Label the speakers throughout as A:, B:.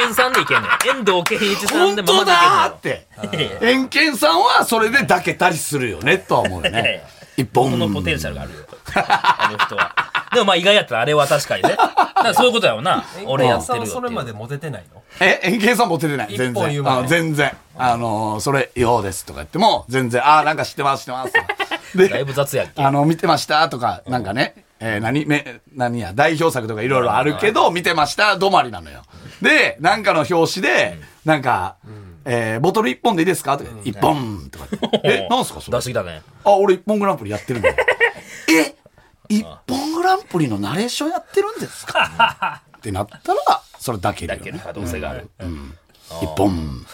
A: 形さんでいけんねん。遠藤健一さん
B: 本
A: で
B: 当だーっ
A: で
B: て。円健さんはそれで抱けたりするよね、とは思うよ
A: いやい
B: ね
A: や。
B: 一
A: いけん
B: 本。
A: のよ。このポテンシャルがあるよ。あの人は。でもまあ意外やったらあれは確かにね。だからそういうことやろな。俺やってる
C: お母さん
A: よ
C: は
A: って
C: そ
A: いう
C: れまでモテてないの
B: え、円健さんモテてない。全
C: 一本言う
B: 然。
C: まで
B: あの全然。あのー、それ、ようですとか言っても、全然、ああ、なんか知ってます、知ってますとか。
A: だい
B: で
A: ぶ、雑やっけ。
B: あの、見てましたとか、なんかね、えー何、め、何や、代表作とかいろいろあるけど、見てました、止まりなのよ。で、なんかの表紙で、なんか、えーボトル一本でいいですかとか、一本とか言って。え、なんすかそれ
A: 出。してきたね。
B: あ、俺一本グランプリやってるんだよ。え一本グランプリのナレーションやってるんですかってなったら、それだけだ
A: だ
B: よ、
A: ける
B: ね。
A: 可能性がある。
B: 一本。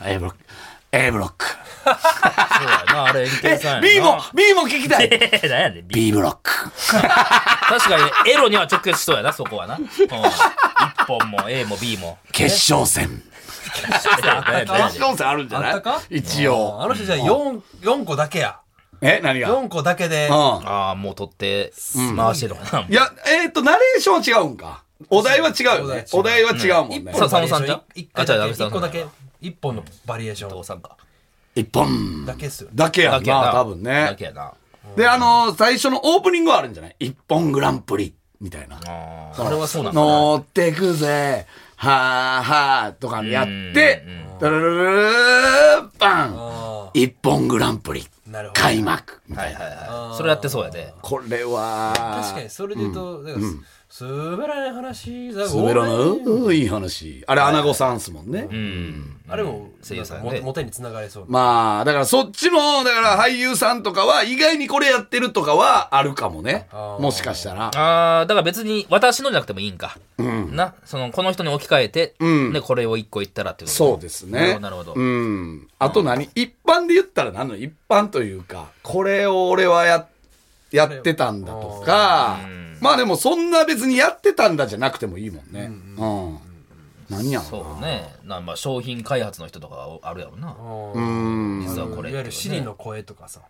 B: A ブロック。A ブロック。
A: そうやな、あれ円形
B: え
A: さんやな。、
B: B も、B も聞き たい。
A: え、なんやねん、
B: B ブロック。
A: 確かにエロには直結しそうやな、そこはな。うん一本も A も B も。
B: 決勝戦。決勝戦あるんじゃない
C: あったか
B: 一
C: あ
B: 応。
C: の人じゃあ 4, 四個だけや
B: え、何がうん。
C: 4個だけで
A: ああ、もう取って、回してるのかな。
B: いや、えっと、ナレーションは違うんか。お題は違うよね。お題は違うもんね。
A: そう佐野さんじゃん
C: 一個だ
A: あ違う
C: け一個だけ一本のバリエーショ
A: お父
C: ン
A: さんか。
B: 一本。
C: だけっすよね
B: だけや
A: だ
B: ん
A: けや
B: な、
A: な。
B: 多分
A: だ
B: ね
A: け。やな。
B: で、あのー、最初のオープニングはあるんじゃない一本グランプリ、みたいな。
A: あーあれはそうなんだな。
B: 乗ってくぜ、はーはーとかやって、ダララララーバン一本グランプリ
C: なるほど
B: 開幕みた
A: はいい
B: な。
A: はいはい。それやってそうやで。
B: これは、
C: 確かにそれで言うとだからす滑らない話だ
B: 滑ら
C: 俺
B: ないいい話。あれ、アナゴさんっすもんね。
A: うん。
C: あれも
A: 声優さんね
C: なんかもモテにつながれそうな
B: まあ、だからそっちの、だから俳優さんとかは、意外にこれやってるとかはあるかもね。もしかしたら。
A: ああ、だから別に私のじゃなくてもいいんか。な、その、この人に置き換えて、で、これを一個言ったらっていうこと
B: そうですね。
A: なるほど。なるほど
B: うん。あと何一般で言ったら何の一般というか、これを俺はや、やってたんだとか、まあでもそんな別にやってたんだじゃなくてもいいもんね。うん。何やろ
A: そうね。なんかまあ商品開発の人とかあるやろな。実はこれっていうね。
C: いわゆるシリの声とかさ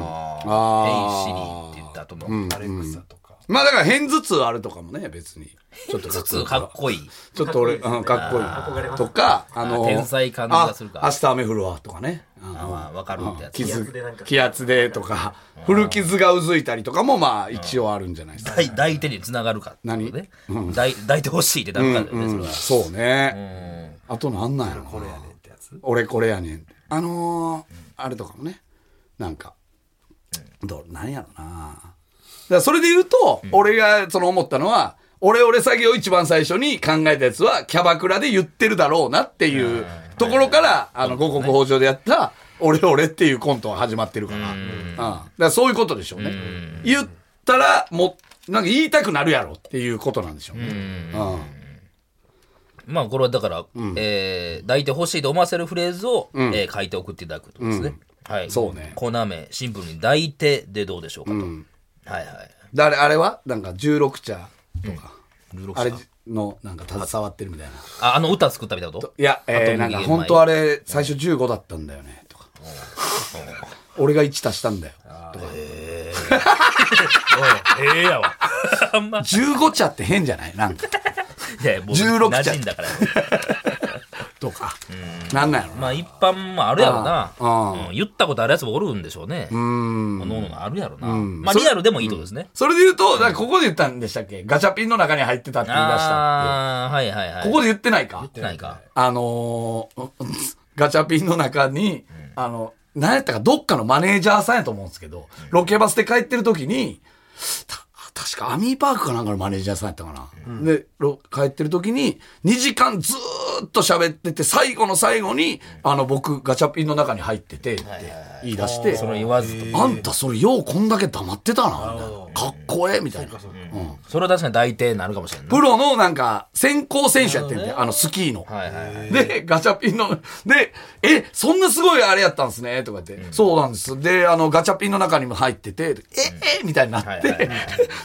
A: あ
B: あ
A: あ。ヘイシリ
B: ー
A: って言ったと思う。
C: アレクサとか
B: まあだから変頭痛あるとかもね、別に。ちょっと
A: ずつかっこいい。
B: ちょっと俺、うん、かっこいい。とか、あの、
A: 天才感がするから
B: あ明日雨降るわ、とかね。うん
A: あまあ、わかるってやつ。
B: 気
A: いや
B: づ
D: 圧でなんか
B: 気圧でとか、古傷がうずいたりとかも、まあ一応あるんじゃないですか。
A: 抱い抱いてにつながるかってことね。抱い抱いてほしいってなるからね、それは。
B: そうね。あとなんなんやろな
C: これやねんってやつ
B: 俺これやねん。あのー、あれとかもね。なんか、どう、なんやろな。だからそれで言うと、俺がその思ったのは、俺俺詐欺を一番最初に考えたやつは、キャバクラで言ってるだろうなっていうところから、あの、五穀豊穣でやった、俺俺っていうコントが始まってるから。うん。だからそういうことでしょうね。言ったら、もう、なんか言いたくなるやろっていうことなんでしょうね。うん。
A: まあ、これはだから、えー抱いてほしいと思わせるフレーズを、えー書いて送っていただくことですね。はい。
B: そうね
A: コーナー名、シンプルに抱いてでどうでしょうかと。はいはい。
B: 誰あれはなんか16茶とか、
A: 16
B: あれのなんか携わってるみたいな
A: あ、あの歌作ったみたいなこと
B: いや、えー、なんか本当あれ最初15だったんだよねとか俺が1足したんだよとか
A: ええやわ。あんま。
B: 15茶って変じゃないなんか
A: いや、 もう、
B: 16
A: 馴染んだから。
B: とかなんなんやろな
A: まあ、一般もあるやろな
B: ああ。
A: うん言ったことあるやつもおるんでしょうね。うん。おののあるやろな。まあ、リアルでもいいってことですね。
B: それで言うと、なんかここで言ったんでしたっけガチャピンの中に入ってたって言い出したっ
A: ああ、はいはいはい。
B: てここで言ってないか
A: ないか。
B: あのー、 ガチャピンの中に、あの、何やったかどっかのマネージャーさんやと思うんですけど、ロケバスで帰ってる時に、た確かアミーパークかなんかのマネージャーさんやったかな。で、ロ帰ってる時に、2時間ずーっと喋ってて、最後の最後に、あの、僕、ガチャピンの中に入ってて、って言い出して、
A: それ言わずと
B: あんたそれようこんだけ黙ってたな、みたいな。かっこええ、みたいな。
A: それは確かに大抵なるかもしれんない。
B: プロのなんか、先行選手やってんで、あの、スキーの。
A: はいはいはい。
B: で、ガチャピンの、で、え、そんなすごいあれやったんですね、とか言って、そうなんです。で、あの、ガチャピンの中にも入ってて、え、え、みたいになっ
A: はいはい
B: て、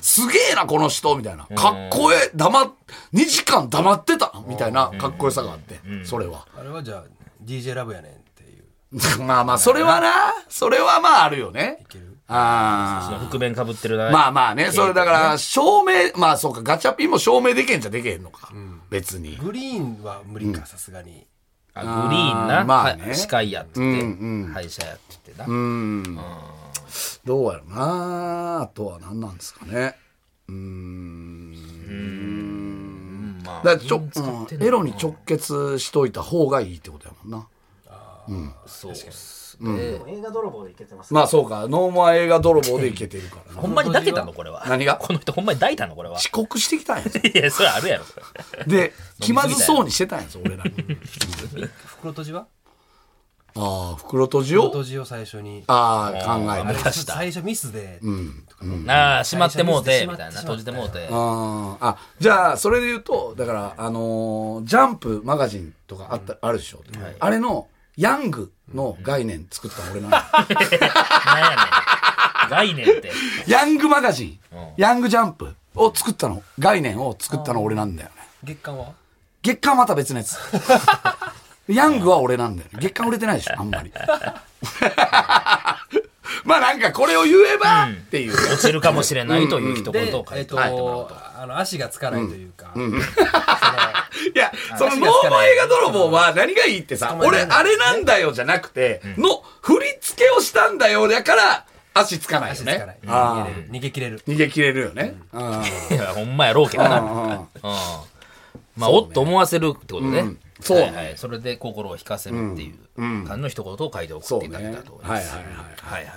B: すげえな、この人、みたいな。かっこええ、黙っ、2時間黙ってた、みたいなかっこよさがあって、それは。
C: あれはじゃあ DJ ラブやねんっていう
B: まあまあ、それはな、それはまああるよね。あ
A: そ
B: あ。
A: の覆面かぶってるな。
B: まあまあね、それだから、証明、まあそうか、ガチャピンも証明でけんじゃでけへんのか。別に。
C: グリーンは無理かさすがに
A: あグリーンな、
B: あーまあね
A: は司会やって言って、歯医者やって言ってな。
B: どうやろなあとは何なんですかね。うーん。まあ、だからちょ、うんエロに直結しといた方がいいってことやもんな。
A: そうっすね。
D: 映画泥棒でいけてます。
B: まあそうか、ノーマン映画泥棒でいけてるからな
A: ほんまに抱けたのこれは。
B: 何が
A: この人ほんまに抱いたのこれは。
B: 遅刻してきたんやぞ
A: いや、それあるやろ。
B: で、気まずそうにしてたんやぞ、俺ら。
C: 袋閉じは
B: ああ、袋閉じ
C: 袋
B: を
C: 閉、じを最初に
B: ああ、考
C: あ
B: え
C: れ
B: て。
C: ちょっと最初ミスで
A: なあ、閉まってもうて、みたいな。
C: 閉ま
A: 閉
C: っ
A: じ
C: て
A: て
C: しまっ
A: もうて。
B: あーあ、じゃあ、それで言うと、だから、あのージャンプマガジンとかあった、あるでしょ、あれの、ヤングの概念作ったの俺なんや
A: なんやねん。概念って。
B: ヤングマガジン、ヤングジャンプを作ったの、概念を作ったの俺なんだよね。
C: 月間は
B: 月間また別のやつ。 ヤングは俺なんだよね。月間売れてないでしょ、あんまり。 まあなんかこれを言えばっていう。
A: 落ちるかもしれないという一
C: で
A: 言を書
C: え
A: い
C: ってと
A: もらおうと。
C: ああの足がつかないというか、
B: いや、その
C: 足
B: ノ
C: がつか
B: ー
C: ない
B: マ映画泥棒は何がいいってさ
C: 捕、まえられ
B: 俺
C: ない
B: あれなんだよじゃなくて、の振り付けをしたんだよだから足つかないよ
C: 足つかない
B: ね。
C: 逃
B: あ
C: げれる逃げ切れる
B: ー逃げ切れるよね。うん
A: いや、ほんまやろうけどな。うん。まあ、おっと思わせるってことね。
B: うんそう
A: はいはい。それで心を引かせるっていう感じの一言を書いて送っていただけたらと思います。
B: そうね
A: はいは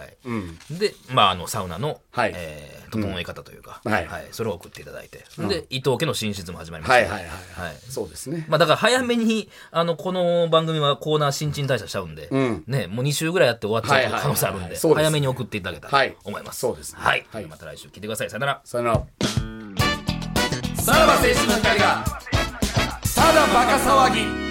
A: い。で、まあ、あの、サウナの、
B: はい
A: えー整え方というか、
B: うんはい
A: それを送っていただいて。で、伊藤家の新シーズンも始まりました
B: はい
A: ね。
B: はいはい。
A: はい。
B: そうですね。
A: まあだから早めに、あの、この番組はコーナー新陳代謝しちゃうんで、
B: ん
A: ね、もう2週ぐらいやって終わっちゃ
B: は
A: う
B: い
A: 可能性あるん
B: はいはい
A: で、
B: はいそうです
A: 早めに送っていただけた
B: は
A: ら
B: い
A: と思います。
B: そうですね
A: はい。
B: はい
A: また来週聞いてください。さよなら。
B: さよなら。さらば青春の光が、ただバカ騒ぎ。